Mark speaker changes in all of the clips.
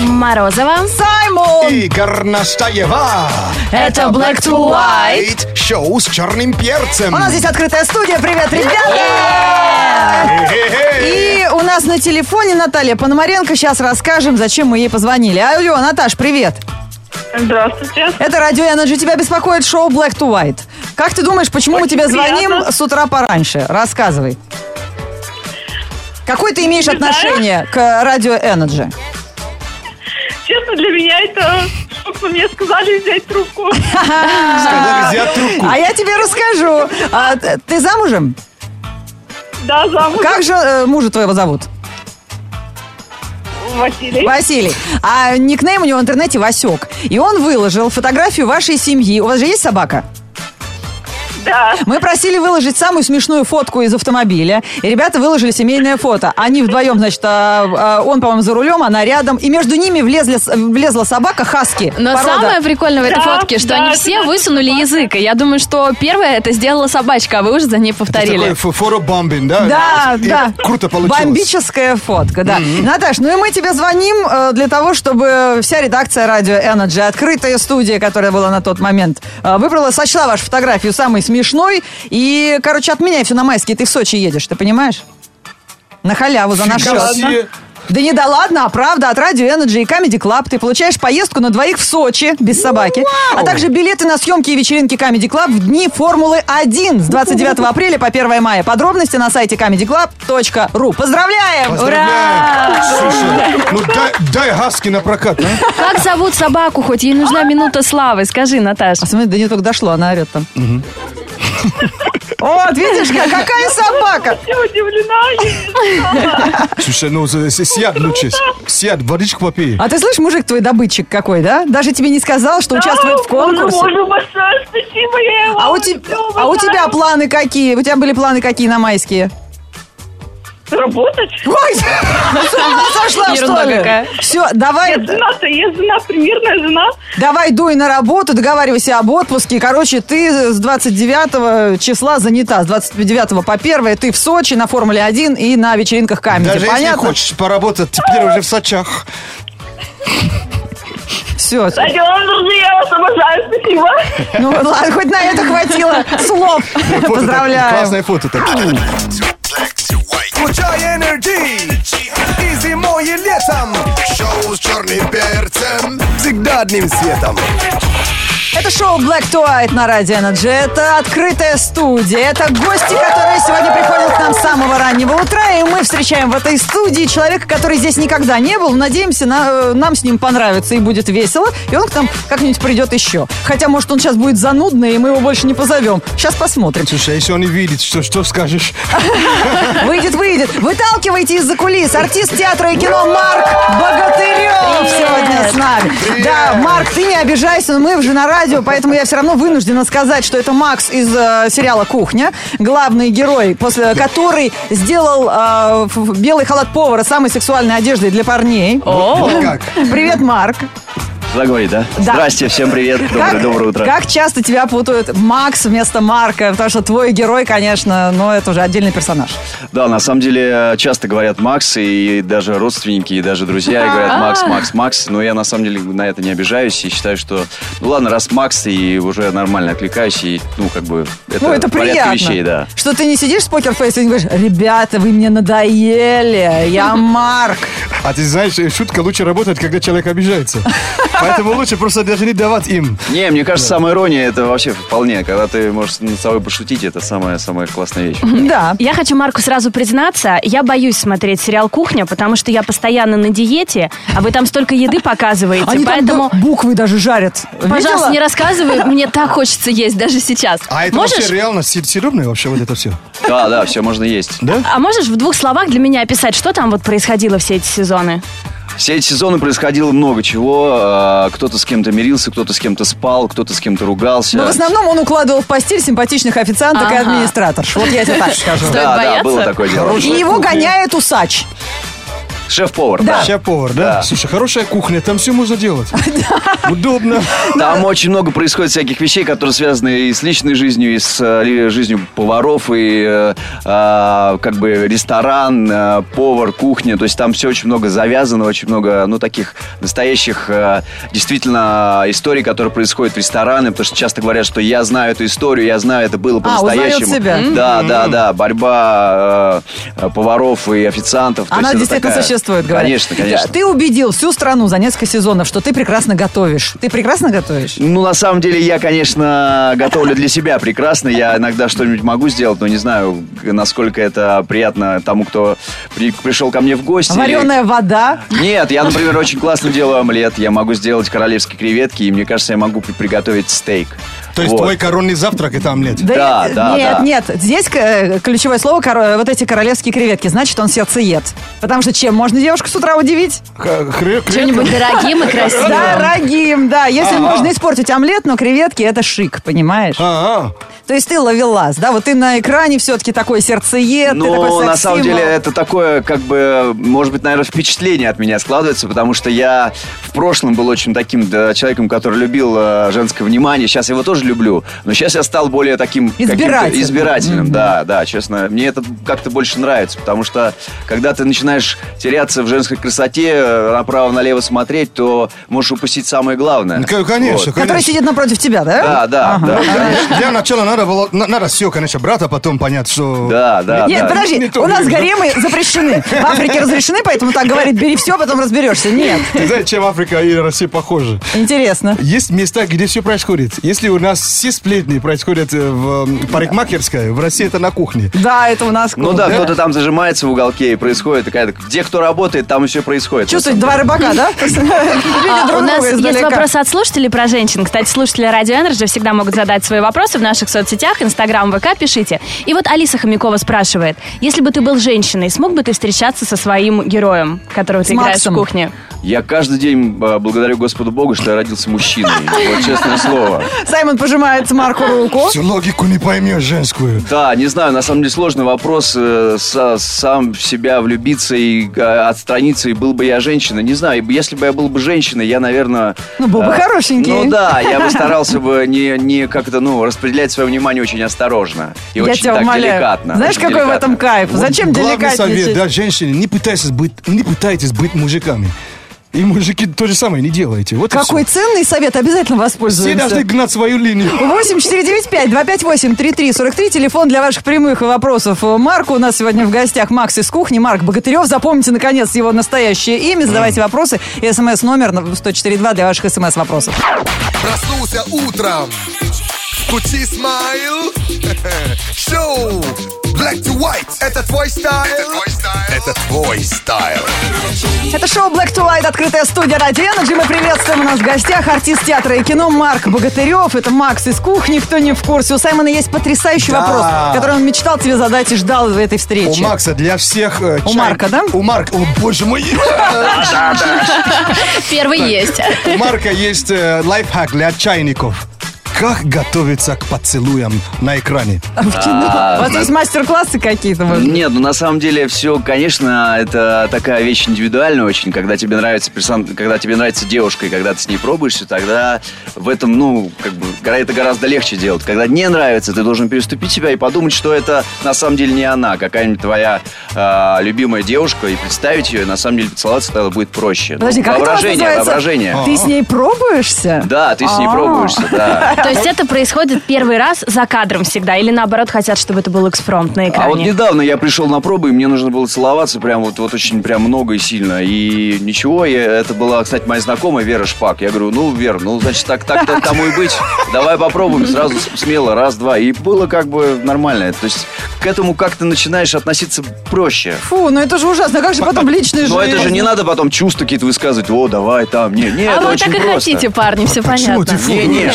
Speaker 1: Морозова.
Speaker 2: Саймон!
Speaker 3: И Горностаева.
Speaker 1: Это Black to White.
Speaker 3: Эйт шоу с черным перцем.
Speaker 2: У нас здесь открытая студия. Привет, ребята!
Speaker 3: Э-э-э.
Speaker 2: И у нас на телефоне Наталья Пономаренко. Сейчас расскажем, зачем мы ей позвонили. Алло, Наташ, привет.
Speaker 4: Здравствуйте.
Speaker 2: Это Радио Energy. Тебя беспокоит шоу Black to White. Как ты думаешь, почему мы
Speaker 4: Очень
Speaker 2: тебе звоним
Speaker 4: приятно.
Speaker 2: с утра пораньше? Рассказывай. Какое ты имеешь
Speaker 4: знаю.
Speaker 2: отношение к Радио Energy?
Speaker 4: Честно, для меня это шок, но мне сказали взять трубку.
Speaker 3: Сказали взять трубку.
Speaker 2: А я тебе расскажу. А, т- ты замужем?
Speaker 4: Да, замуж.
Speaker 2: Как же э, мужа твоего зовут?
Speaker 4: Василий.
Speaker 2: Василий. А никнейм у него в интернете Васек. И он выложил фотографию вашей семьи. У вас же есть собака?
Speaker 4: Да.
Speaker 2: Мы просили выложить самую смешную фотку из автомобиля. И ребята выложили семейное фото. Они вдвоем, значит, а, а, он, по-моему, за рулем, она рядом. И между ними влезли, с- влезла собака Хаски.
Speaker 1: Но
Speaker 2: порода.
Speaker 1: самое прикольное в этой
Speaker 4: Да,
Speaker 1: фотке, что
Speaker 4: да,
Speaker 1: они
Speaker 4: это
Speaker 1: все
Speaker 4: наша
Speaker 1: высунули
Speaker 4: собака.
Speaker 1: язык. И я думаю, что первое это сделала собачка, а вы уже за ней повторили.
Speaker 3: Такой фо- фотобомбинг, да?
Speaker 2: Да,
Speaker 3: И
Speaker 2: да.
Speaker 3: Круто получилось.
Speaker 2: Бомбическая фотка, да. Наташ, ну и мы тебе звоним э, для того, чтобы вся редакция Радио Energy, открытая студия, которая была на тот момент, э, выбрала, сочла вашу фотографию самой смешной. И, короче, отменяй все на майские. Ты в Сочи едешь, ты понимаешь? На халяву за наш
Speaker 3: Фига
Speaker 2: счет.
Speaker 3: себе.
Speaker 2: Да не да ладно, а правда, от Радио Energy и Comedy Club ты получаешь поездку на двоих в Сочи без собаки, а также билеты на съемки и вечеринки Comedy Club в дни Формулы-1 с 29 апреля по 1 мая. Подробности на сайте comedyclub.ru. Поздравляем!
Speaker 3: Поздравляем. Слушай, ну дай, дай хаски на прокат, а?
Speaker 1: Как зовут собаку хоть? Ей нужна минута славы. Скажи, Наташ.
Speaker 2: А смотри, да не только дошло, она орет там. Вот, видишь, как- какая собака!
Speaker 4: Я удивлена. я не знала.
Speaker 3: Слушай, ну за- с- сядь лучше. Сядь, водичку попей.
Speaker 2: А ты слышишь, мужик твой добытчик какой, да? Даже тебе не сказал, что участвует в
Speaker 4: Да, боже,
Speaker 2: конкурсе.
Speaker 4: боже, большое спасибо, я его
Speaker 2: А у, теб-
Speaker 4: люблю,
Speaker 2: а у тебя
Speaker 4: обожаю.
Speaker 2: планы какие? У тебя были планы какие на майские?
Speaker 4: Работать?
Speaker 2: Ой, с ума сошла,
Speaker 1: Ерунда
Speaker 2: что ли?
Speaker 1: какая.
Speaker 2: Все, давай,
Speaker 4: Я жена-то, я жена, примерная жена.
Speaker 2: давай дуй на работу, договаривайся об отпуске. Короче, ты с 29 числа занята, с 29 по 1 ты в Сочи на Формуле-1 и на вечеринках камеди.
Speaker 3: Даже если
Speaker 2: Понятно?
Speaker 3: хочешь поработать, теперь уже в сачах.
Speaker 2: Все.
Speaker 4: Радио Андерс, я вас обожаю, спасибо.
Speaker 2: Ну ладно, хоть на это хватило слов. Поздравляю.
Speaker 3: Классное фото так.
Speaker 5: Включай энергии И зимой, и летом
Speaker 6: Шоу с черным перцем.
Speaker 5: Всегда одним светом
Speaker 2: Это шоу Black to White на Радио Energy. Это открытая студия. Это гости, которые сегодня приходят к нам с самого раннего утра. И мы встречаем в этой студии человека, который здесь никогда не был. Надеемся, на- э, нам с ним понравится и будет весело. И он к нам как-нибудь придет еще. Хотя, может, он сейчас будет занудный, и мы его больше не позовем. Сейчас посмотрим.
Speaker 3: Слушай, а если он не видит, что, что скажешь?
Speaker 2: Выйдет, выйдет. Выталкивайте из-за кулис. Артист театра и кино Марк Богатырев
Speaker 1: Привет.
Speaker 2: сегодня с нами. Да, Марк, ты не обижайся, но мы уже на радио, поэтому я все равно вынуждена сказать, что это Макс из э, сериала «Кухня», главный герой, после который сделал э, ф- ф- белый халат повара самой сексуальной одеждой для парней.
Speaker 1: О,
Speaker 3: Вот как?
Speaker 2: Привет, Марк.
Speaker 7: Заговорить, да?
Speaker 2: Да.
Speaker 7: Здрасте, всем привет. Доброе,
Speaker 2: Как-
Speaker 7: доброе утро.
Speaker 2: Как часто тебя путают Макс вместо Марка? Потому что твой герой, конечно, но это уже отдельный персонаж.
Speaker 7: Да, на самом деле э, часто говорят Макс, и даже родственники, и даже друзья и говорят Макс,
Speaker 2: А.
Speaker 7: Макс, Макс. Но я на самом деле на это не обижаюсь и считаю, что ну ладно, раз Макс, и уже нормально откликаюсь, и ну как бы это,
Speaker 2: Ну, это
Speaker 7: в порядке
Speaker 2: приятно.
Speaker 7: вещей, да.
Speaker 2: Что ты не сидишь с покерфейсом и не говоришь, ребята, вы мне надоели, я Марк.
Speaker 3: А ты знаешь, э, шутка лучше работает, когда человек обижается. Поэтому лучше просто даже не давать им.
Speaker 7: Не, мне кажется, самая ирония это вообще вполне. Когда ты можешь над собой пошутить, это самая-самая классная вещь.
Speaker 2: Да.
Speaker 8: Я хочу Марку сразу признаться, я боюсь смотреть сериал «Кухня», потому что я постоянно на диете, а вы там столько еды показываете,
Speaker 2: Они там
Speaker 8: поэтому...
Speaker 2: бу- буквы даже жарят.
Speaker 1: пожалуйста,
Speaker 2: Видела?
Speaker 1: не рассказывай, мне так хочется есть даже сейчас.
Speaker 3: А это
Speaker 1: Можешь?
Speaker 3: вообще реально си- сиропное вообще вот это все?
Speaker 7: Да, да, все можно есть.
Speaker 8: А можешь в двух словах для меня описать, что там вот происходило все эти сезоны?
Speaker 7: Все эти сезоны происходило много чего. А, Кто-то с кем-то мирился, кто-то с кем-то спал, кто-то с кем-то ругался.
Speaker 2: Но в основном он укладывал в постель симпатичных официанток и
Speaker 1: Ага.
Speaker 2: администраторш. Вот я тебе так скажу.
Speaker 1: Стоит
Speaker 7: да, да,
Speaker 1: бояться?
Speaker 7: было такое дело.
Speaker 2: И его гоняет усач.
Speaker 7: Шеф-повар, да.
Speaker 3: Шеф-повар, да?
Speaker 7: Да.
Speaker 3: Слушай, хорошая кухня, там все можно делать. Удобно.
Speaker 7: Там очень много происходит всяких вещей, которые связаны и с личной жизнью, и с э, ли- жизнью поваров, и э, а, как бы ресторан, э, повар, кухня. То есть там все очень много завязано, очень много, ну, таких настоящих э, действительно историй, которые происходят в рестораны, потому что часто говорят, что я знаю эту историю, я знаю, это было по-настоящему.
Speaker 2: А, узнают себя.
Speaker 7: Да, да, да. Борьба э, поваров и официантов. То
Speaker 2: Она
Speaker 7: есть это
Speaker 2: действительно
Speaker 7: такая-
Speaker 2: существует, говорят.
Speaker 7: Конечно, конечно.
Speaker 2: Ты убедил всю страну за несколько сезонов, что ты прекрасно готовишь. Ты прекрасно готовишь?
Speaker 7: Ну, на самом деле, я, конечно, готовлю для себя прекрасно. Я иногда что-нибудь могу сделать, но не знаю, насколько это приятно тому, кто при- пришел ко мне в гости.
Speaker 2: Вареная вода.
Speaker 7: Нет, я, например, очень классно делаю омлет. Я могу сделать королевские креветки, и мне кажется, я могу при- приготовить стейк.
Speaker 5: То есть
Speaker 7: Вот.
Speaker 5: твой коронный завтрак это омлет.
Speaker 7: Да,
Speaker 2: нет,
Speaker 7: да,
Speaker 2: нет,
Speaker 7: да.
Speaker 2: нет. Здесь э, ключевое слово коро- вот эти королевские креветки. Значит, он сердцеед. Потому что чем можно девушку с утра удивить?
Speaker 3: Х- хре- кре-
Speaker 1: Чем-нибудь дорогим и красивым.
Speaker 2: Дорогим, да. Если можно испортить омлет, но креветки это шик, понимаешь?
Speaker 3: А,
Speaker 2: То есть ты ловелас, да? Вот ты на экране все-таки такой сердцеед, ты такой
Speaker 7: Ну, на самом
Speaker 2: секс-символ.
Speaker 7: деле, это такое, как бы, может быть, наверное, впечатление от меня складывается, потому что я в прошлом был очень таким да, человеком, который любил э, женское внимание. Сейчас я его тоже люблю, но сейчас я стал более таким... каким-то
Speaker 2: Избирательным.
Speaker 7: Избирательным, да, да, честно. Мне это как-то больше нравится, потому что, когда ты начинаешь теряться в женской красоте, э, направо-налево смотреть, то можешь упустить самое главное.
Speaker 5: Ну, к- конечно,
Speaker 7: Вот.
Speaker 2: Который
Speaker 5: конечно.
Speaker 2: сидит напротив тебя, да?
Speaker 7: Да, да,
Speaker 2: Ага.
Speaker 7: да,
Speaker 5: Для начала надо было, на- надо все, конечно, брат, а потом понять, что...
Speaker 7: да, да.
Speaker 2: Нет,
Speaker 7: да.
Speaker 2: подожди,
Speaker 5: Не то
Speaker 2: у нас
Speaker 5: время, да?
Speaker 2: гаремы запрещены. В Африке разрешены, поэтому так говорит, бери все, потом разберешься. Нет,
Speaker 3: а. Ты знаешь, чем Африка и Россия похожи?
Speaker 2: интересно.
Speaker 3: Есть места, где все происходит. Если у нас все сплетни происходят э, в м, парикмахерской, в России это на кухне.
Speaker 2: Да, это у нас...
Speaker 7: Ну да, кто-то там зажимается в уголке и происходит такая... Где кто работает, там еще происходит.
Speaker 2: Чувствуете, два рыбака, да? Видят
Speaker 8: А,
Speaker 2: друг
Speaker 8: у нас
Speaker 2: друга
Speaker 8: есть
Speaker 2: издалека.
Speaker 8: вопросы от слушателей про женщин. Кстати, слушатели Радио Энерджи всегда могут задать свои вопросы в наших соцсетях, Инстаграм, ВК, пишите. И вот Алиса Хомякова спрашивает, если бы ты был женщиной, смог бы ты встречаться со своим героем, которого ты играешь
Speaker 2: Максом.
Speaker 8: в кухне?
Speaker 7: Я каждый день э, благодарю Господу Богу, что я родился мужчиной. Вот честное слово.
Speaker 2: Саймон пожимает Марку руку.
Speaker 5: Всю логику не поймешь женскую.
Speaker 7: Да, не знаю, на самом деле сложный вопрос. э, со- сам в себя влюбиться и э, отстраниться, и был бы я женщиной. Не знаю, если бы я был бы женщиной, я, наверное...
Speaker 2: Ну, был бы
Speaker 7: э,
Speaker 2: хорошенький.
Speaker 7: Ну да, я бы старался бы не, не как-то, ну, распределять свое внимание очень осторожно. И
Speaker 2: Я
Speaker 7: очень
Speaker 2: тебя
Speaker 7: так
Speaker 2: умоляю.
Speaker 7: деликатно.
Speaker 2: Знаешь,
Speaker 7: очень
Speaker 2: какой в
Speaker 7: деликатно.
Speaker 2: этом кайф? Зачем
Speaker 5: Главный совет,
Speaker 2: деликатничать?
Speaker 5: да, женщины, не пытайтесь быть, не пытайтесь быть мужиками.
Speaker 3: И мужики то же самое не делаете. Вот и
Speaker 2: Какой
Speaker 3: всё.
Speaker 2: ценный совет, обязательно
Speaker 3: Все должны
Speaker 2: воспользуемся.
Speaker 3: гнать свою линию.
Speaker 2: 8495-258-3343, телефон для ваших прямых вопросов. Э, Марк у нас сегодня в гостях, Макс из кухни. Марк Богатырев, запомните, наконец, его настоящее имя, задавайте вопросы. И смс-номер на 104.2 для ваших смс-вопросов.
Speaker 6: Проснулся утром. Кучи смайл. Шоу. Black to white. Это твой стайл. Это твой стайл. Это твой стайл.
Speaker 2: Это шоу Black to White, открытая студия Ради Energy. Мы приветствуем у нас в гостях артист театра и кино Марк Богатырев. Это Макс из кухни, кто не в курсе. У Саймона есть потрясающий
Speaker 5: Да.
Speaker 2: вопрос, который он мечтал тебе задать и ждал в этой
Speaker 5: У
Speaker 2: встрече.
Speaker 5: Макса для всех... э,
Speaker 2: У
Speaker 5: чай-
Speaker 2: Марка, да?
Speaker 5: У Марка, о боже мой.
Speaker 1: Первый есть.
Speaker 5: У Марка есть э, лайфхак для чайников. Как готовиться к поцелуям на экране?
Speaker 2: А, В кино.
Speaker 7: А,
Speaker 2: У вас есть мастер-классы какие-то? может?
Speaker 7: Нет, ну на самом деле все, конечно, это такая вещь индивидуальная очень. Когда тебе нравится персон... когда тебе нравится девушка, и когда ты с ней пробуешься, тогда в этом, ну, как бы, гора- это гораздо легче делать. Когда не нравится, ты должен переступить себя и подумать, что это на самом деле не она, какая-нибудь твоя а, любимая девушка, и представить ее, и на самом деле поцеловаться тогда будет проще. Ну,
Speaker 2: Подожди, как это у вас
Speaker 7: воображение,
Speaker 2: называется?
Speaker 7: воображение.
Speaker 2: Ты с ней пробуешься?
Speaker 7: Да, ты с ней
Speaker 2: А.
Speaker 7: пробуешься, да.
Speaker 8: То есть это происходит первый раз за кадром всегда? Или наоборот хотят, чтобы это был экспромт на экране?
Speaker 7: А вот недавно я пришел на пробу, и мне нужно было целоваться прям вот, вот очень прям много и сильно. И ничего, я- это была, кстати, моя знакомая Вера Шпак. Я говорю, ну, Вер, ну, значит, так, так, так тому и быть. Давай попробуем сразу с- смело, раз, два. И было как бы нормально. То есть к этому как-то начинаешь относиться проще.
Speaker 2: Фу, ну это же ужасно. Как же потом в личной жизни?
Speaker 7: Но это же не надо потом чувства какие-то высказывать. О, давай там, не, не,
Speaker 1: ну А
Speaker 7: это
Speaker 1: вы
Speaker 7: очень
Speaker 1: так и
Speaker 7: просто. Типа,
Speaker 1: хотите, парни, все понятно.
Speaker 5: Почему ты фу?
Speaker 7: Не, не,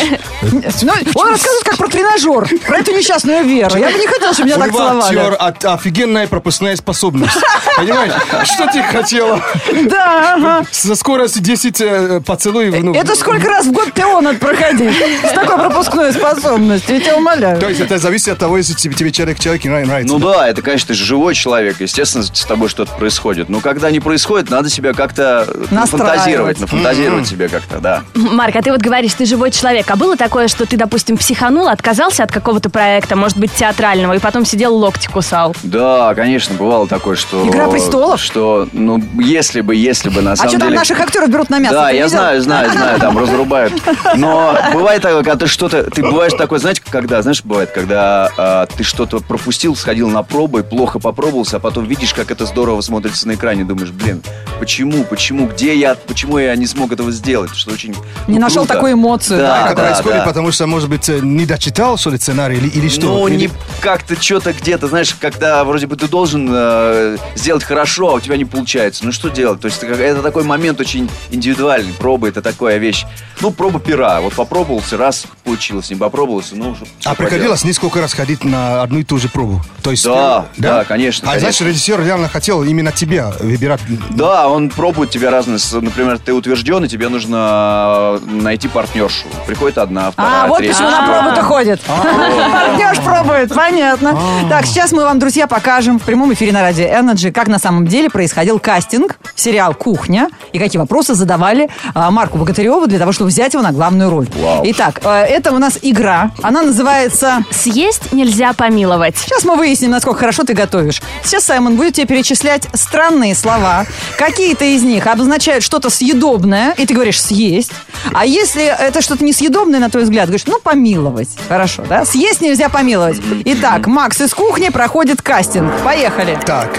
Speaker 2: Ну, он рассказывает как про тренажер, про эту несчастную Веру. Я бы не хотела, чтобы меня
Speaker 5: У
Speaker 2: так
Speaker 5: него актер,
Speaker 2: целовали.
Speaker 5: от- офигенная пропускная способность. Понимаешь? Что ты хотела?
Speaker 2: Да, ага.
Speaker 5: Со скоростью 10 э, поцелуев. ну,
Speaker 2: Это сколько раз в год ты он проходить с такой пропускной способностью? Я тебя умоляю.
Speaker 5: То есть это зависит от того, если тебе, тебе человек, человек не нрав- нравится.
Speaker 7: Ну да, это, конечно, ты же живой человек, естественно, с тобой что-то происходит. Но когда не происходит, надо себя как-то ну,
Speaker 2: Настраивать.
Speaker 7: фантазировать, нафантазировать себе как-то, да.
Speaker 8: Марк, а ты вот говоришь, ты живой человек. А было такое, что ты, допустим, психанул, отказался от какого-то проекта, может быть, театрального, и потом сидел локти кусал?
Speaker 7: Да, конечно, бывало такое, что...
Speaker 2: «Игра престолов»?
Speaker 7: Что, ну, если бы, если бы, на
Speaker 2: А
Speaker 7: самом
Speaker 2: что
Speaker 7: деле...
Speaker 2: там наших актеров берут на мясо?
Speaker 7: Да,
Speaker 2: ты
Speaker 7: я
Speaker 2: видел?
Speaker 7: знаю, знаю, знаю, там разрубают. Но бывает такое, когда ты что-то, ты бываешь такой, знаете, когда, знаешь, бывает, когда а, ты что-то пропустил, сходил на пробы, плохо попробовался, а потом видишь, как это здорово смотрится на экране, думаешь, блин, почему, почему, где я, почему я не смог этого сделать, что очень
Speaker 2: Не
Speaker 7: ну,
Speaker 2: нашел
Speaker 7: круто.
Speaker 2: такую эмоцию, да,
Speaker 7: А, Да,
Speaker 5: Это
Speaker 7: да,
Speaker 5: происходит,
Speaker 7: да.
Speaker 5: потому что, может быть, э, не дочитал, что ли, сценарий или, или что?
Speaker 7: Ну,
Speaker 5: Или-
Speaker 7: не как-то что-то где-то, знаешь, когда вроде бы ты должен э, сделать хорошо, а у тебя не получается. Ну что делать? То есть это, как- это такой момент очень индивидуальный. Проба это такая вещь. Ну, проба пера. Вот попробовался, раз получилось, не попробовался, ну уже. всё
Speaker 5: А приходилось несколько раз ходить на одну и ту же пробу. То есть,
Speaker 7: Да,
Speaker 5: э,
Speaker 7: да, конечно,
Speaker 5: А
Speaker 7: конечно.
Speaker 5: значит, режиссер реально хотел именно тебя выбирать.
Speaker 7: поделать. Да, он пробует тебя разные. с- Например, ты утвержден, и тебе нужно э, найти партнершу. Приходит одна, вторая,
Speaker 2: А, вот
Speaker 7: третья.
Speaker 2: почему на пробу-то ходит.
Speaker 7: А.
Speaker 2: Партнер пробует, понятно. Так, сейчас мы вам, друзья, покажем в прямом эфире на радио Energy, как на самом деле происходил кастинг, сериал «Кухня», и какие вопросы задавали а, Марку Богатыреву для того, чтобы взять его на главную роль. Итак, э, это у нас игра. Она называется...
Speaker 8: Съесть нельзя помиловать.
Speaker 2: Сейчас мы выясним, насколько хорошо ты готовишь. Сейчас Саймон будет тебе перечислять странные слова. Какие-то из них обозначают что-то съедобное, и ты говоришь «съесть». А если это что-то несъедобное, на твой взгляд, говоришь «ну, помиловать». Хорошо, да? Съесть нельзя помиловать. Итак, Макс из кухни проходит кастинг. Поехали.
Speaker 5: Так.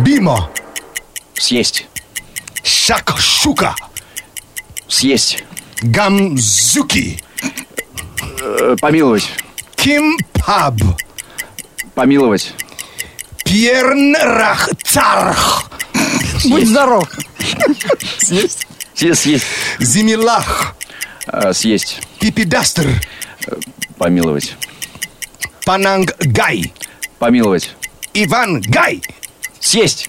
Speaker 5: Бима.
Speaker 7: Съесть.
Speaker 5: Шакшука.
Speaker 7: Съесть.
Speaker 5: Гамзуки.
Speaker 7: Э, помиловать.
Speaker 5: Кимпаб.
Speaker 7: Помиловать.
Speaker 5: Пьернрахтарх.
Speaker 2: Будь здоров.
Speaker 7: Съесть. Съесть.
Speaker 5: Зимилах.
Speaker 7: Э, съесть.
Speaker 5: Пипидастр.
Speaker 7: Помиловать.
Speaker 5: Панангай.
Speaker 7: Помиловать.
Speaker 5: Иван Гай.
Speaker 7: Съесть.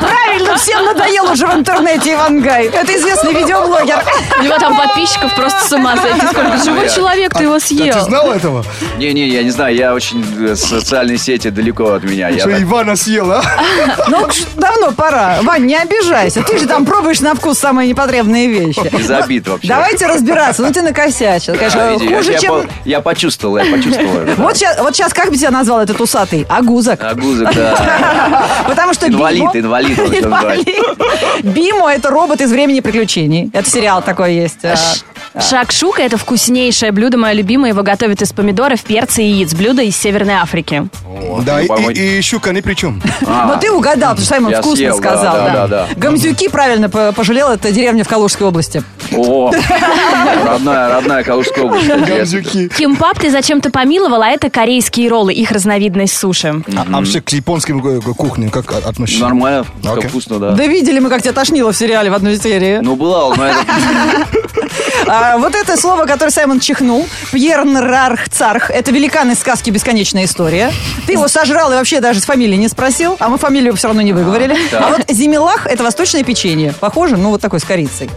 Speaker 2: Правильно, всем надоел уже в интернете Иван Гай. Это известный видеоблогер.
Speaker 8: У него там подписчиков просто с ума сойти. Сколько живой человек, ты его
Speaker 5: А ты
Speaker 8: съел.
Speaker 5: знал этого?
Speaker 7: Не-не, я не знаю, я очень э, социальные сети далеко от меня. Я
Speaker 5: Что
Speaker 7: так-
Speaker 5: Ивана съел, а?
Speaker 2: Ну, уж давно пора. Вань, не обижайся. Ты же там пробуешь на вкус самые непотребные вещи.
Speaker 7: без обид вообще.
Speaker 2: Давайте разбираться. Ну, ты накосячил.
Speaker 7: А,
Speaker 2: Конечно,
Speaker 7: иди,
Speaker 2: хуже,
Speaker 7: я,
Speaker 2: чем...
Speaker 7: по- я почувствовал, я почувствовал. это, да.
Speaker 2: Вот сейчас, вот сейчас как бы тебя назвал этот усатый? Агузок.
Speaker 7: А Гузок, да.
Speaker 2: Потому что
Speaker 7: Инвалид,
Speaker 2: Бимо...
Speaker 7: инвалид. вот что называется.
Speaker 2: Бимо – это робот из «Времени приключений». Это сериал такой есть. А,
Speaker 8: Шакшука – это вкуснейшее блюдо, мое любимое. Его готовят из помидоров, перца и яиц. Блюдо из Северной Африки.
Speaker 5: Да,
Speaker 7: ну,
Speaker 5: и-
Speaker 7: по-моему-
Speaker 5: и и щука ни при чем.
Speaker 2: Но ты угадал, потому что Саймон
Speaker 7: Я
Speaker 2: вкусно
Speaker 7: съел, да,
Speaker 2: сказал.
Speaker 7: да, да, да.
Speaker 2: Гамзюки, правильно по- пожалел, это деревня в Калужской области.
Speaker 7: О, родная, родная Калужская область. интересно.
Speaker 5: Гамзюки.
Speaker 8: Кимпап ты зачем-то помиловал, а это корейские роллы, их разновидность суши.
Speaker 5: А вообще к японской э, кухне как о- относишься?
Speaker 7: Нормально, как
Speaker 5: Окей.
Speaker 7: вкусно, да.
Speaker 2: Да видели мы, как тебя тошнило в сериале в одной серии.
Speaker 7: Ну, была, но это...
Speaker 2: А, вот это слово, которое Саймон чихнул. Пьернрарх Царх. Это великан из сказки «Бесконечная история». Ты его сожрал и вообще даже с фамилии не спросил, а мы фамилию все равно не выговорили.
Speaker 7: да.
Speaker 2: А вот земелах – это восточное печенье. Похоже, ну вот такой с корицей.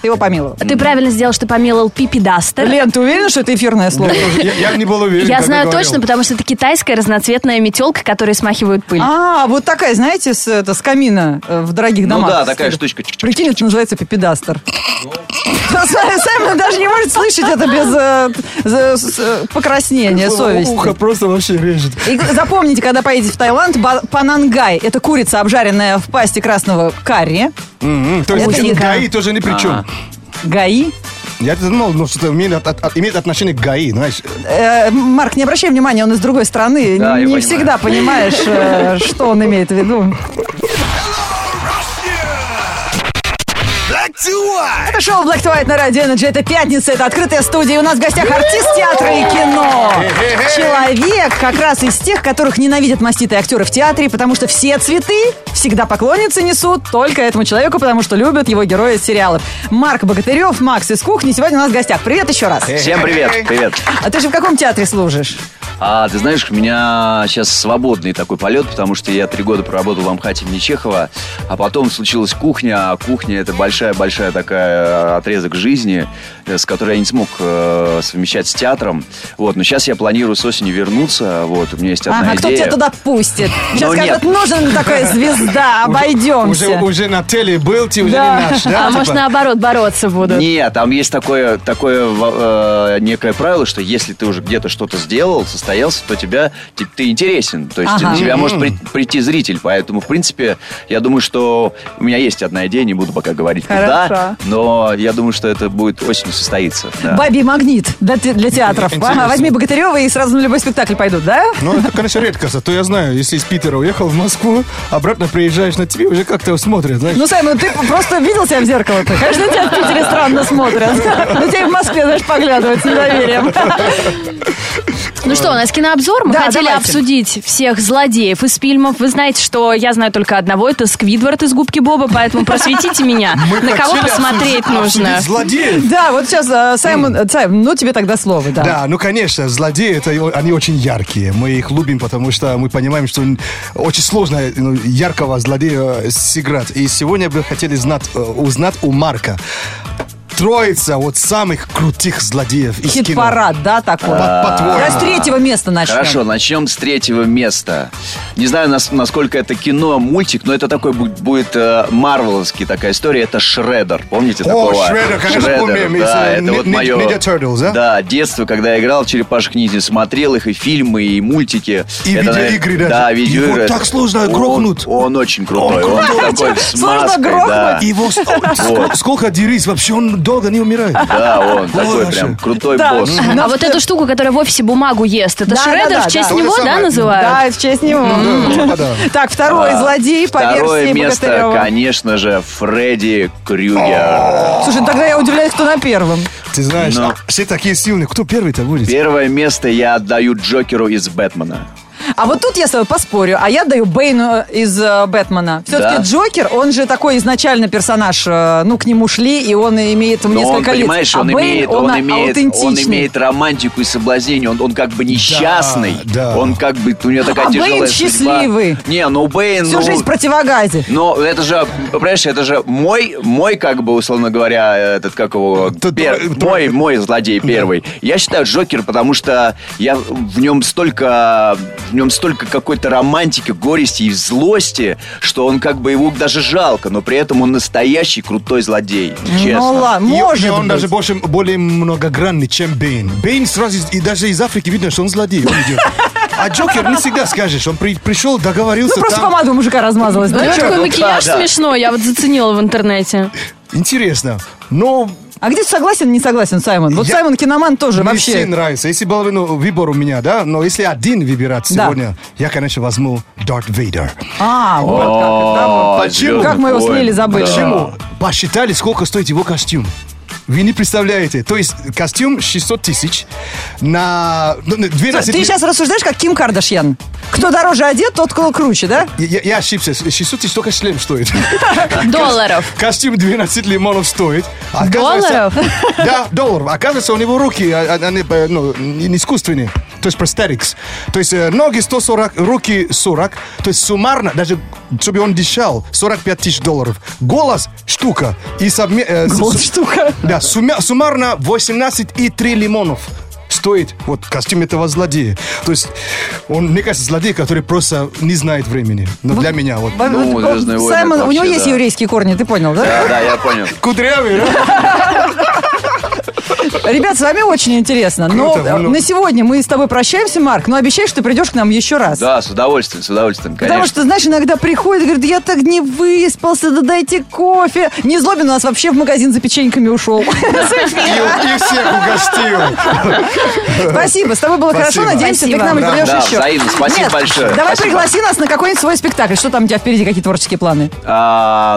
Speaker 2: Ты его помиловал.
Speaker 8: А Ты правильно сделал, что помиловал пипидастер.
Speaker 2: Лен, ты уверена, что это эфирное слово?
Speaker 5: Я, я не был уверен.
Speaker 8: Я
Speaker 5: когда
Speaker 8: знаю
Speaker 5: говорил.
Speaker 8: точно, потому что это китайская разноцветная метелка, которая смахивает пыль.
Speaker 2: А, вот такая, знаете, с, это, с камина э, в дорогих
Speaker 7: Ну
Speaker 2: домах.
Speaker 7: да, такая штучка. Чик-чик.
Speaker 2: Прикинь, это называется пипедастер. Саймон даже не может слышать это без э, з- с- э, покраснения совести.
Speaker 5: Ухо просто вообще режет.
Speaker 2: И запомните, когда поедете в Таиланд, ба- панангай – это курица, обжаренная в пасте красного карри.
Speaker 5: М, То есть
Speaker 2: Это
Speaker 5: ГАИ
Speaker 2: еда.
Speaker 5: тоже ни при чем.
Speaker 2: Гаи.
Speaker 5: Я думал, ну, что это имеет, от- от- имеет отношение к ГАИ, знаешь.
Speaker 2: Э, Марк, не обращай внимания, он из другой страны.
Speaker 7: Да,
Speaker 2: не
Speaker 7: я понимаю.
Speaker 2: всегда понимаешь, э, что он имеет в виду.
Speaker 6: Black to White.
Speaker 2: Это шоу Black to White на радио Energy. Это пятница, это открытая студия. И у нас в гостях артист театра и кино. Человек как раз из тех, которых ненавидят маститые актеры в театре, потому что все цветы всегда поклонницы несут только этому человеку, потому что любят его героя из сериалов. Марк Богатырев, Макс из кухни сегодня у нас в гостях. Привет еще раз.
Speaker 7: Всем привет, привет.
Speaker 2: А ты же в каком театре служишь?
Speaker 7: А ты знаешь, у меня сейчас свободный такой полет, потому что я три года проработал в Амхате имени Чехова, а потом случилась кухня, а кухня это большая-большая такая э, отрезок жизни, э, с которой я не смог э, совмещать с театром. Вот, но сейчас я планирую с осени вернуться, вот, у меня есть одна
Speaker 2: Ага, кто
Speaker 7: идея.
Speaker 2: тебя туда пустит? Сейчас
Speaker 7: Ну,
Speaker 2: скажут,
Speaker 7: нет.
Speaker 2: нужен такой звезда, обойдемся.
Speaker 5: Уже, уже на теле был, ты уже
Speaker 2: Да.
Speaker 5: не наш, да?
Speaker 8: А
Speaker 5: типа?
Speaker 8: может, наоборот, бороться будут.
Speaker 7: Нет, там есть такое, такое во- э, некое правило, что если ты уже где-то что-то сделал, состоялся, то тебя типа, ты интересен. То есть
Speaker 2: Ага.
Speaker 7: на тебя может при- прийти зритель. Поэтому, в принципе, я думаю, что у меня есть одна идея, не буду пока говорить
Speaker 2: Хорошо.
Speaker 7: куда, но я думаю, что это будет осенью состоится. да.
Speaker 2: Бабий магнит для, те- для театров.
Speaker 5: Интересно.
Speaker 2: А, возьми Богатырева и сразу на любой спектакль пойдут, да?
Speaker 5: Ну, это, конечно, редкость. А то я знаю, если из Питера уехал в Москву, обратно приезжаешь, на тебе уже как-то смотрят, знаешь.
Speaker 2: Ну, Саймон, ты просто видел себя в зеркало-то? Конечно, тебя в Питере странно смотрят. Но тебя и в Москве, знаешь, поглядывают с недоверием.
Speaker 8: Ну что, у нас кинообзор. Мы
Speaker 2: Да,
Speaker 8: хотели
Speaker 2: давайте.
Speaker 8: обсудить всех злодеев из фильмов. Вы знаете, что я знаю только одного. Это Сквидвард из «Губки Боба», поэтому просветите меня, на кого
Speaker 5: Хотели
Speaker 8: посмотреть
Speaker 5: обсудить-
Speaker 8: нужно.
Speaker 5: обсудить Злодеев.
Speaker 2: Да, вот сейчас, э, Саймон, э, Саймон, ну тебе тогда слово, да.
Speaker 5: Да, ну конечно, злодеи это о- они очень яркие. Мы их любим, потому что мы понимаем, что н- очень сложно э, ну, яркого злодея э, сыграть. И сегодня бы хотели знать, э, узнать у Марка троица вот самых крутых злодеев из кино.
Speaker 2: Хит-парад, да, такой?
Speaker 5: По- по-твоему.
Speaker 2: Давай с третьего места начнем.
Speaker 7: Хорошо, начнем с третьего места. Не знаю, нас- насколько это кино, мультик, но это такой бу- будет э, марвеловский такая история. Это Шреддер. Помните такого?
Speaker 5: Шреддер, конечно, помним, из,
Speaker 7: да,
Speaker 5: э,
Speaker 7: это
Speaker 5: Ни-
Speaker 7: вот
Speaker 5: Ни-
Speaker 7: мое...
Speaker 5: Ninja Turtles, да?
Speaker 7: Да, детство, когда я играл в черепашек ниндзя, смотрел их и фильмы, и мультики.
Speaker 5: И видеоигры даже.
Speaker 7: Да,
Speaker 5: Его
Speaker 7: видеоигры.
Speaker 5: так сложно
Speaker 7: Он-
Speaker 5: грохнуть.
Speaker 7: Он очень крутой. Он такой с
Speaker 2: Сложно
Speaker 7: маской,
Speaker 2: грохнуть?
Speaker 7: да.
Speaker 5: Его с- сколько, сколько дерись, вообще он долго не умирает.
Speaker 7: Да, он такой
Speaker 5: Боже.
Speaker 7: прям крутой
Speaker 2: Так.
Speaker 7: босс.
Speaker 8: А вот эту штуку, которая в офисе бумагу ест, это
Speaker 2: Да, да,
Speaker 8: Шреддер
Speaker 2: да,
Speaker 8: в честь
Speaker 2: да.
Speaker 8: него,
Speaker 5: Это
Speaker 8: да,
Speaker 5: самое.
Speaker 8: называют?
Speaker 2: Да, в честь него.
Speaker 5: Да, да.
Speaker 2: Так, второй злодей по
Speaker 7: Второе
Speaker 2: версии
Speaker 7: место,
Speaker 2: Богатырева.
Speaker 7: конечно же, Фредди Крюгер.
Speaker 2: Слушай, ну тогда я удивляюсь, кто на первом.
Speaker 5: Ты знаешь,
Speaker 7: Но.
Speaker 5: а все такие сильные. Кто первый-то будет?
Speaker 7: Первое место я отдаю Джокеру из Бэтмена.
Speaker 2: А вот тут я с тобой поспорю, а я даю Бэйну из э, Бэтмена. Все-таки
Speaker 7: Да.
Speaker 2: Джокер, он же такой изначально персонаж, э, ну, к нему шли, и он имеет
Speaker 7: Но
Speaker 2: несколько
Speaker 7: Ну, он,
Speaker 2: лиц.
Speaker 7: понимаешь,
Speaker 2: А
Speaker 7: он,
Speaker 2: Бэйн,
Speaker 7: имеет,
Speaker 2: он,
Speaker 7: он,
Speaker 2: а-
Speaker 7: имеет, он
Speaker 2: аутентичный.
Speaker 7: имеет романтику и соблазнение. Он, он как бы несчастный.
Speaker 5: да.
Speaker 7: Он как бы, у него такая
Speaker 2: А
Speaker 7: тяжелая
Speaker 2: Бэйн
Speaker 7: судьба.
Speaker 2: счастливый.
Speaker 7: Не, ну Бэйн...
Speaker 2: Всю
Speaker 7: ну,
Speaker 2: жизнь в противогазе.
Speaker 7: но это же, понимаешь, это же мой, мой, как бы, условно говоря, этот, как его,
Speaker 5: Т-
Speaker 7: пер-
Speaker 5: т- т-
Speaker 7: мой, мой злодей первый. Я считаю Джокер, потому что я в нем столько, в нем столько какой-то романтики, горести и злости, что он как бы его даже жалко, но при этом он настоящий крутой злодей, честно.
Speaker 2: Ну ладно,
Speaker 5: И-
Speaker 2: может
Speaker 5: и он
Speaker 2: быть.
Speaker 5: даже больше, более многогранный, чем Бейн. Бейн сразу, из- и даже из Африки видно, что он злодей, он идет. А Джокер не всегда скажешь, он при- пришел, договорился
Speaker 2: Ну, просто
Speaker 5: там.
Speaker 2: помада у мужика размазалась.
Speaker 8: У
Speaker 2: да?
Speaker 8: него
Speaker 7: чё,
Speaker 8: такой
Speaker 7: ну,
Speaker 8: макияж
Speaker 7: да, да.
Speaker 8: смешной, я вот заценила в интернете.
Speaker 5: Интересно, но
Speaker 2: А где ты согласен, не согласен, Саймон? Вот
Speaker 5: Я-
Speaker 2: Саймон киноман тоже
Speaker 5: мне все
Speaker 2: вообще.
Speaker 5: нравится. Если был ну, выбор у меня, да, но если один выбирать
Speaker 2: Да.
Speaker 5: сегодня, я, конечно, возьму Дарт Вейдер.
Speaker 2: А, вот
Speaker 7: О,
Speaker 5: как это? Почему?
Speaker 7: «Звездный
Speaker 2: Как мы его
Speaker 7: воин»,
Speaker 2: смели забыть?
Speaker 7: да.
Speaker 5: Почему? Посчитали, сколько стоит его костюм. Вы не представляете. То есть костюм 600 тысяч на ну, на 12
Speaker 2: Ты сейчас рассуждаешь, как Ким Кардашьян. Кто дороже одет, тот кол- круче, да?
Speaker 5: Я, я ошибся. 600 тысяч только шлем стоит.
Speaker 8: Долларов.
Speaker 5: Костюм 12 лимонов стоит. А
Speaker 8: Долларов?
Speaker 5: Да, долларов. Оказывается, у него руки, а- а- они э, ну, не искусственные. То есть prosthetics. То есть э, ноги 140, руки 40. То есть суммарно, даже чтобы он дышал, 45 тысяч долларов. Голос штука. И совме- э, с-
Speaker 2: Вот
Speaker 5: с-
Speaker 2: штука.
Speaker 5: Да, сумя- суммарно 18,3 лимонов стоит вот костюм этого злодея. То есть он, мне кажется, злодей, который просто не знает времени. Но для меня вот.
Speaker 2: Во-
Speaker 7: Ну,
Speaker 2: вот,
Speaker 7: «Звездные войны»
Speaker 2: Саймон, у него
Speaker 7: вообще,
Speaker 2: есть
Speaker 7: да.
Speaker 2: еврейские корни, ты понял, да?
Speaker 7: Да, да, я понял.
Speaker 5: Кудрявый, да?
Speaker 2: Ребят, с вами очень интересно. Но
Speaker 5: Круто,
Speaker 2: э,
Speaker 5: ну.
Speaker 2: на сегодня мы с тобой прощаемся, Марк, но обещай, что ты придешь к нам еще раз.
Speaker 7: Да, с удовольствием, с удовольствием, конечно.
Speaker 2: Потому что, знаешь, иногда приходит, говорит, я так не выспался, да дайте кофе. Не злобин у нас вообще в магазин за печеньками ушел.
Speaker 5: И, и всех угостил.
Speaker 2: Спасибо, с тобой было хорошо,
Speaker 5: Спасибо.
Speaker 2: надеемся, ты к
Speaker 1: Спасибо.
Speaker 2: нам
Speaker 5: Да,
Speaker 2: вернешь
Speaker 7: да,
Speaker 2: еще.
Speaker 7: взаимно, спасибо
Speaker 2: Нет,
Speaker 7: большое.
Speaker 2: Давай
Speaker 7: Спасибо.
Speaker 2: пригласи нас на какой-нибудь свой спектакль. Что там у тебя впереди, какие творческие планы?
Speaker 7: А,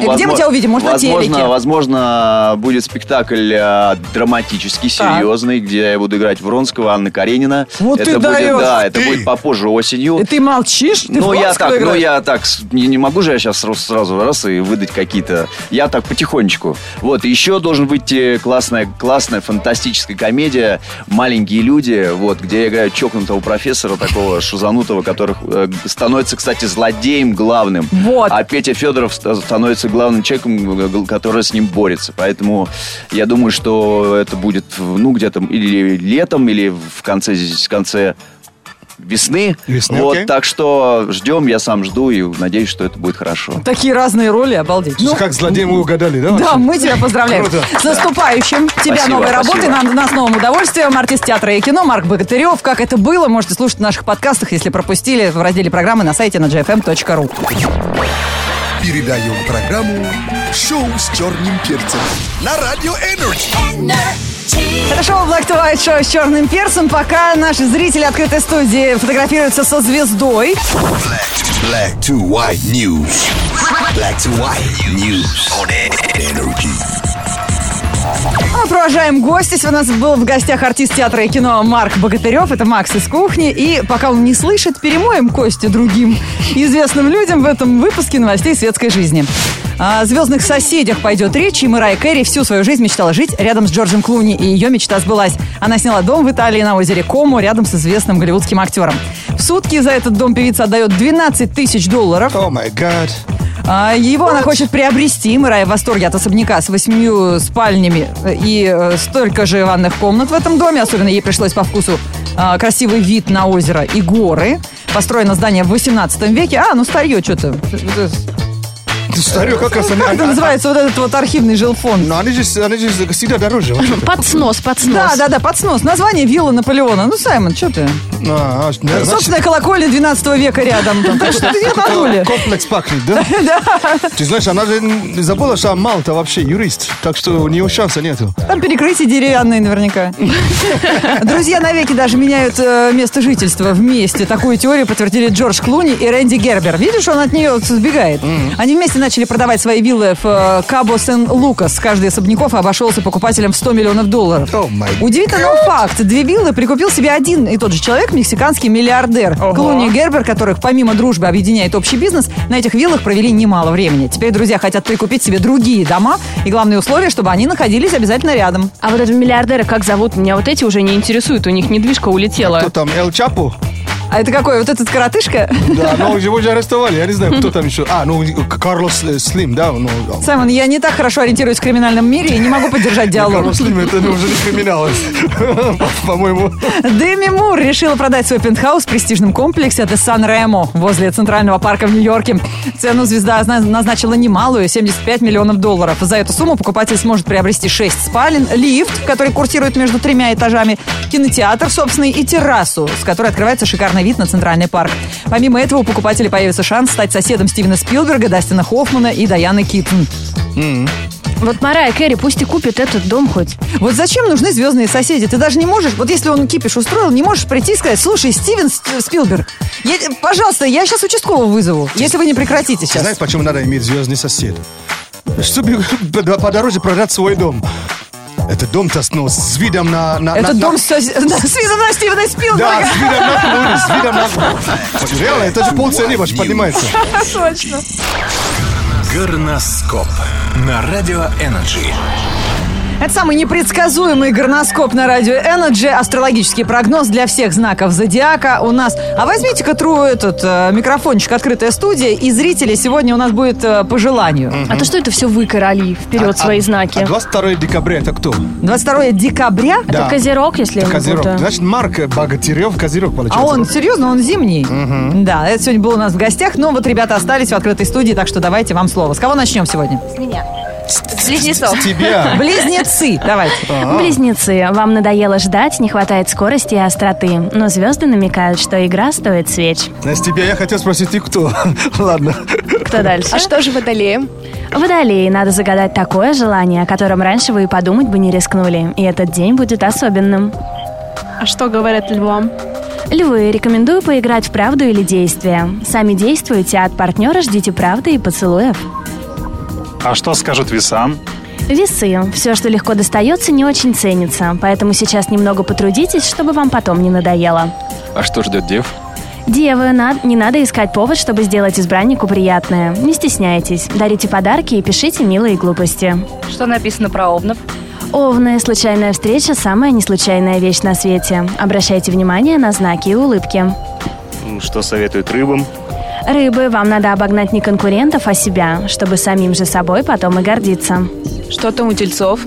Speaker 2: И Э, где мы
Speaker 7: возможно-
Speaker 2: тебя увидим? Может, на
Speaker 7: возможно,
Speaker 2: телеке?
Speaker 7: возможно, будет спектакль а, драматический, серьезный, где я буду играть Вронского, Анна Каренина.
Speaker 2: Вот
Speaker 7: это
Speaker 2: ты
Speaker 7: будет,
Speaker 2: даешь.
Speaker 7: да, это
Speaker 5: Ты.
Speaker 7: будет попозже осенью.
Speaker 2: И Ты молчишь? Ты
Speaker 7: ну, я
Speaker 2: Вронского
Speaker 7: так, ну,
Speaker 2: играешь?
Speaker 7: я так, с- не, не могу же я сейчас сразу, сразу раз и выдать какие-то... Я так потихонечку. Вот, и еще должен выйти классная, классная, фантастическая комедия «Маленькие люди», вот, где я играю чокнутого профессора, такого шизанутого, которых э, становится, кстати, злодеем главным.
Speaker 2: Вот.
Speaker 7: А Петя Федоров ст- становится главным человеком, э, г- который с ним борется. Поэтому я думаю, что это будет, ну, где-то или летом, или в конце, в конце весны.
Speaker 5: Весны,
Speaker 7: вот,
Speaker 5: окей.
Speaker 7: так что ждем, я сам жду и надеюсь, что это будет хорошо.
Speaker 2: Такие разные роли, обалдеть. Ну,
Speaker 5: Как злодеи мы угадали, да?
Speaker 2: Да, мы тебя поздравляем.
Speaker 5: Круто.
Speaker 2: С наступающим. Тебя
Speaker 7: Спасибо,
Speaker 2: новой работой,
Speaker 7: спасибо.
Speaker 2: нам, нас новым удовольствием. Артист театра и кино Марк Богатырев. Как это было, можете слушать в наших подкастах, если пропустили, в разделе программы на сайте на эм gfm.ru.
Speaker 6: Передаем программу «Шоу с черным перцем» на Радио Энерджи.
Speaker 2: Это шоу Black to White Show с черным перцем. Пока наши зрители открытой студии фотографируются со звездой.
Speaker 6: Black to white news. Black to white news on Energy.
Speaker 2: Мы провожаем гостя. Сегодня у нас был в гостях артист театра и кино Марк Богатырев. Это Макс из кухни. И пока он не слышит, перемоем кости другим известным людям в этом выпуске новостей светской жизни. О звездных соседях пойдет речь, и Мэрай Кэрри всю свою жизнь мечтала жить рядом с Джорджем Клуни, и ее мечта сбылась. Она сняла дом в Италии на озере Кому рядом с известным голливудским актером. В сутки за этот дом певица отдает 12 тысяч долларов.
Speaker 5: О май гад.
Speaker 2: А, Его она хочет приобрести. Мэрай в восторге от особняка с восьмью спальнями и э, столько же ванных комнат в этом доме. Особенно ей пришлось по вкусу а, красивый вид на озеро и горы. Построено здание в 18 веке. А, ну старье что-то.
Speaker 5: Старю, как раз они...
Speaker 2: Как это называется вот этот вот архивный жилфонд?
Speaker 5: Но они же, они же всегда дороже. вообще-то.
Speaker 8: Под снос, под снос.
Speaker 2: Да, да, да, под снос. Название вилла Наполеона. Ну, Саймон, что ты?
Speaker 5: А, а,
Speaker 2: Ну,
Speaker 5: да, значит,
Speaker 2: Собственная колокольня 12 века рядом. там. Так что ты не надули.
Speaker 5: Комплекс пахнет, да? Ты знаешь, она же не забыла, что Малта вообще юрист, так что у нее шанса нету.
Speaker 2: Там перекрытие деревянные наверняка. Друзья навеки даже меняют э, место жительства вместе. Такую теорию подтвердили Джордж Клуни и Рэнди Гербер. Видишь, он от нее сбегает. Они вместе начали продавать свои виллы в э, Кабо Сен-Лукас. Каждый из особняков обошелся покупателям в 100 миллионов долларов.
Speaker 5: О, май
Speaker 2: Удивительно, но факт. Две виллы прикупил себе один и тот же человек, мексиканский миллиардер. Клуни и Гербер, которых помимо дружбы объединяет общий бизнес, на этих виллах провели немало времени. Теперь друзья хотят прикупить себе другие дома. И главное условие, чтобы они находились обязательно рядом.
Speaker 8: А вот этого миллиардера как зовут? Меня вот эти уже не интересуют. У них недвижка улетела.
Speaker 5: Кто там, Эл Чапу?
Speaker 2: А это какой? Вот этот коротышка?
Speaker 5: Да, но его же арестовали, я не знаю, кто там еще. А, ну, Карлос э, Слим, да? Ну, да.
Speaker 2: Саймон, я не так хорошо ориентируюсь в криминальном мире и не могу поддержать диалог.
Speaker 5: Карлос Слим, это ну, уже не криминал, по-моему.
Speaker 2: Дэми Мур решила продать свой пентхаус в престижном комплексе The Сан Ремо возле Центрального парка в Нью-Йорке. Цену звезда зна- назначила немалую – 75 миллионов долларов. За эту сумму покупатель сможет приобрести 6 спален, лифт, который курсирует между тремя этажами, кинотеатр собственный и террасу, с которой открывается шикарный вид на Центральный парк. Помимо этого у покупателей появится шанс стать соседом Стивена Спилберга, Дастина Хоффмана и Даяны Киттон.
Speaker 8: Вот Марая Кэрри пусть и купит этот дом хоть.
Speaker 2: Вот зачем нужны звездные соседи? Ты даже не можешь, вот если он кипиш устроил, не можешь прийти и сказать, слушай, Стивен С- Спилберг, я- пожалуйста, я сейчас участкового вызову, если вы не прекратите
Speaker 5: Ты
Speaker 2: сейчас.
Speaker 5: знаешь, почему надо иметь звездный сосед? Чтобы по- подороже продать свой дом. Это дом-то с, ну, с видом на... на
Speaker 2: Это
Speaker 5: на-
Speaker 2: дом
Speaker 5: на-
Speaker 2: с, с видом на Стивена
Speaker 5: Да,
Speaker 2: Спилберга.
Speaker 5: с видом на... ну, С видом на... Вот Реально, это же полцены вообще поднимается.
Speaker 2: Точно.
Speaker 9: Горноскоп на Радио Энерджи.
Speaker 2: Это самый непредсказуемый горноскоп на радио Energy. Астрологический прогноз для всех знаков зодиака у нас. А возьмите-ка тру этот э, микрофончик «Открытая студия», и зрители сегодня у нас будет э, по желанию.
Speaker 8: А то что это все вы, короли, вперед свои знаки?
Speaker 5: А 22 декабря это кто?
Speaker 2: Ну, 22 декабря.
Speaker 5: Да.
Speaker 8: Козерог, если я не
Speaker 5: Козерог.
Speaker 8: путаю.
Speaker 5: Значит, Марк Богатырев, Козерог
Speaker 2: А
Speaker 5: получается.
Speaker 2: он, серьезно, он зимний. Да, это Ну, сегодня был у нас в гостях. Но вот ребята остались в открытой студии, так что давайте вам слово. С кого начнем сегодня?
Speaker 8: С меня.
Speaker 1: Близнецов.
Speaker 5: Тебя.
Speaker 2: Близнецы, давайте.
Speaker 5: А.
Speaker 8: Близнецы, вам надоело ждать, не хватает скорости и остроты. Но звезды намекают, что игра стоит свеч.
Speaker 5: С тебя я хотел спросить, ты кто? Ладно.
Speaker 8: Кто дальше?
Speaker 1: А что же водолеем?
Speaker 8: Водолеи, надо загадать такое желание, о котором раньше вы и подумать бы не рискнули. И этот день будет особенным.
Speaker 10: А что говорят львам?
Speaker 8: Львы, рекомендую поиграть в правду или действие. Сами действуйте, а от партнера ждите правды и поцелуев.
Speaker 11: А что скажут весам?
Speaker 8: Весы. Все, что легко достается, не очень ценится. Поэтому сейчас немного потрудитесь, чтобы вам потом не надоело.
Speaker 11: А что ждет дев?
Speaker 8: Девы, над- не надо искать повод, чтобы сделать избраннику приятное. Не стесняйтесь. Дарите подарки и пишите милые глупости.
Speaker 10: Что написано про овнов?
Speaker 8: Овная случайная встреча – самая неслучайная вещь на свете. Обращайте внимание на знаки и улыбки.
Speaker 11: Что советуют рыбам?
Speaker 8: Рыбы, вам надо обогнать не конкурентов, а себя, чтобы самим же собой потом и гордиться.
Speaker 10: Что там у тельцов?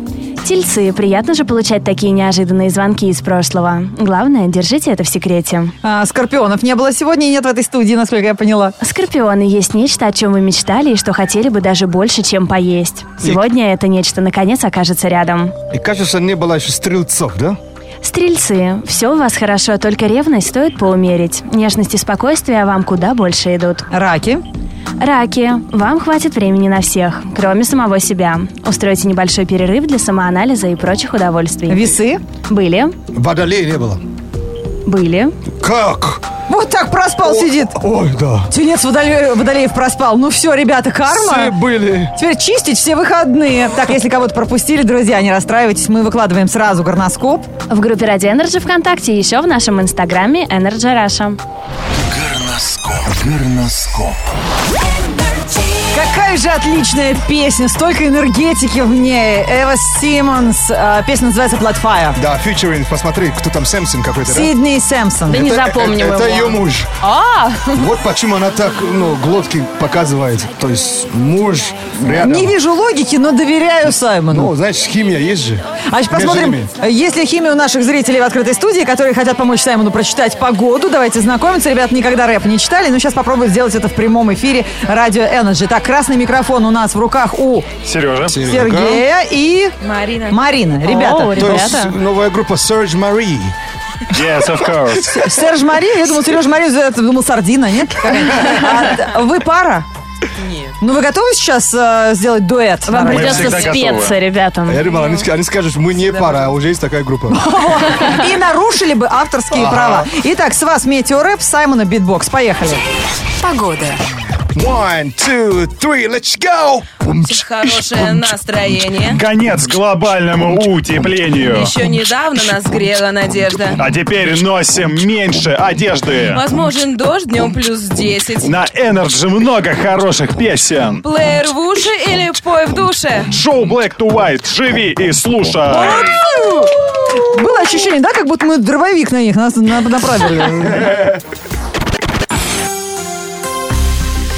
Speaker 8: Тельцы, приятно же получать такие неожиданные звонки из прошлого. Главное, держите это в секрете.
Speaker 2: А, Скорпионов не было сегодня и нет в этой студии, насколько я поняла.
Speaker 8: Скорпионы есть нечто, о чем вы мечтали и что хотели бы даже больше, чем поесть. Сегодня это нечто наконец окажется рядом.
Speaker 5: И кажется, не было еще стрельцов, да?
Speaker 8: Стрельцы, все у вас хорошо, только ревность стоит поумерить. Нежность и спокойствие вам куда больше идут.
Speaker 2: Раки.
Speaker 8: Раки, вам хватит времени на всех, кроме самого себя. Устройте небольшой перерыв для самоанализа и прочих удовольствий.
Speaker 2: Весы.
Speaker 8: Были,
Speaker 5: Водолей не было.
Speaker 8: были.
Speaker 5: Как?
Speaker 2: Вот так проспал сидит.
Speaker 5: Ой, да.
Speaker 2: Тюнец водоле- водолеев проспал. Ну все, ребята,
Speaker 5: Все
Speaker 2: карма.
Speaker 5: были.
Speaker 2: Теперь чистить все выходные. Так, если кого-то пропустили, друзья, не расстраивайтесь. Мы выкладываем сразу горноскоп.
Speaker 8: В группе Ради Energy ВКонтакте и еще в нашем инстаграме Energy Раша.
Speaker 9: Горноскоп. Горноскоп.
Speaker 2: Какая же отличная песня. Столько энергетики в ней. Эва Симмонс. А, Песня называется «Платфайр».
Speaker 5: Да, фьючеринг, посмотри, кто там, Сэмсон какой-то, да?
Speaker 2: Сидней Сэмпсон.
Speaker 8: Да не запомним
Speaker 5: это, это
Speaker 8: его.
Speaker 5: ее муж.
Speaker 2: А?
Speaker 5: Вот почему она так, ну, глотки показывает. То есть муж рядом.
Speaker 2: Не вижу логики, но доверяю Саймону.
Speaker 5: Ну, значит, химия есть же.
Speaker 2: А сейчас
Speaker 5: Между
Speaker 2: посмотрим,
Speaker 5: ними.
Speaker 2: есть ли химия у наших зрителей в открытой студии, которые хотят помочь Саймону прочитать погоду. Давайте знакомиться. Ребята никогда рэп не читали, но сейчас попробую сделать это в прямом эфире Радио Energy. Так, красный микрофон у нас в руках у
Speaker 11: Сережа.
Speaker 2: Сергея и
Speaker 10: Марина.
Speaker 2: Марина. Ребята,
Speaker 8: О,
Speaker 5: То
Speaker 8: ребята.
Speaker 5: есть новая группа Surge Marie.
Speaker 11: Yes, of course.
Speaker 2: Серж Мари, я думал, Сереж Мари, я думал, сардина, нет? А, Вы пара? Нет. Ну, вы готовы сейчас э, сделать дуэт?
Speaker 8: Вам
Speaker 2: Марина?
Speaker 8: придется
Speaker 11: всегда готовы.
Speaker 8: спеться, ребятам.
Speaker 5: Я думал, они, ск- они скажут, мы не пара, а уже есть такая группа.
Speaker 2: И нарушили бы авторские права. Итак, с вас метеорэп Саймона Битбокс. Поехали.
Speaker 5: One, two, three, let's go!
Speaker 10: Хорошее настроение.
Speaker 11: Конец глобальному утеплению.
Speaker 10: Еще недавно нас грела надежда.
Speaker 11: А теперь носим меньше одежды.
Speaker 10: Возможен дождь днем плюс 10.
Speaker 11: На Energy много хороших песен.
Speaker 10: Плеер в уши или пой в душе?
Speaker 11: Шоу Black to White. Живи и слушай.
Speaker 2: Было ощущение, да, как будто мы дробовик на них нас на- направили.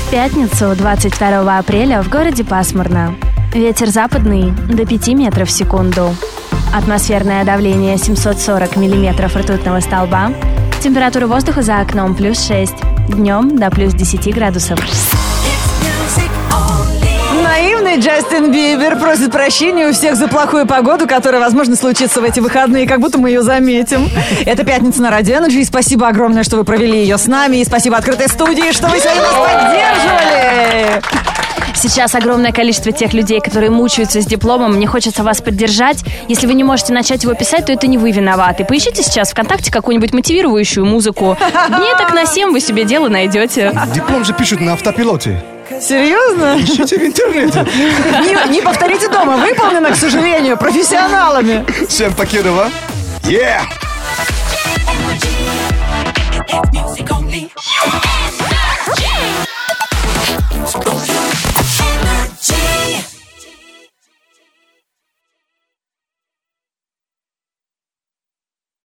Speaker 8: В пятницу, 22 апреля, в городе пасмурно. Ветер западный до 5 метров в секунду. Атмосферное давление 740 миллиметров ртутного столба. Температура воздуха за окном плюс 6. Днем до плюс 10 градусов.
Speaker 2: Наивный Джастин Бибер просит прощения у всех за плохую погоду, которая, возможно, случится в эти выходные, как будто мы ее заметим. Это «Пятница на Радио Energy», и спасибо огромное, что вы провели ее с нами, и спасибо открытой студии, что вы сегодня нас поддерживали.
Speaker 8: Сейчас огромное количество тех людей, которые мучаются с дипломом. Мне хочется вас поддержать. Если вы не можете начать его писать, то это не вы виноваты. Поищите сейчас ВКонтакте какую-нибудь мотивирующую музыку. Дней так на 7 вы себе дело найдете.
Speaker 5: Диплом же пишут на автопилоте.
Speaker 2: Серьезно?
Speaker 5: Ищите в интернете.
Speaker 2: Не, не повторите дома, выполнено, к сожалению, профессионалами.
Speaker 5: Всем Покедова. Yeah!
Speaker 9: Energy. It's music only.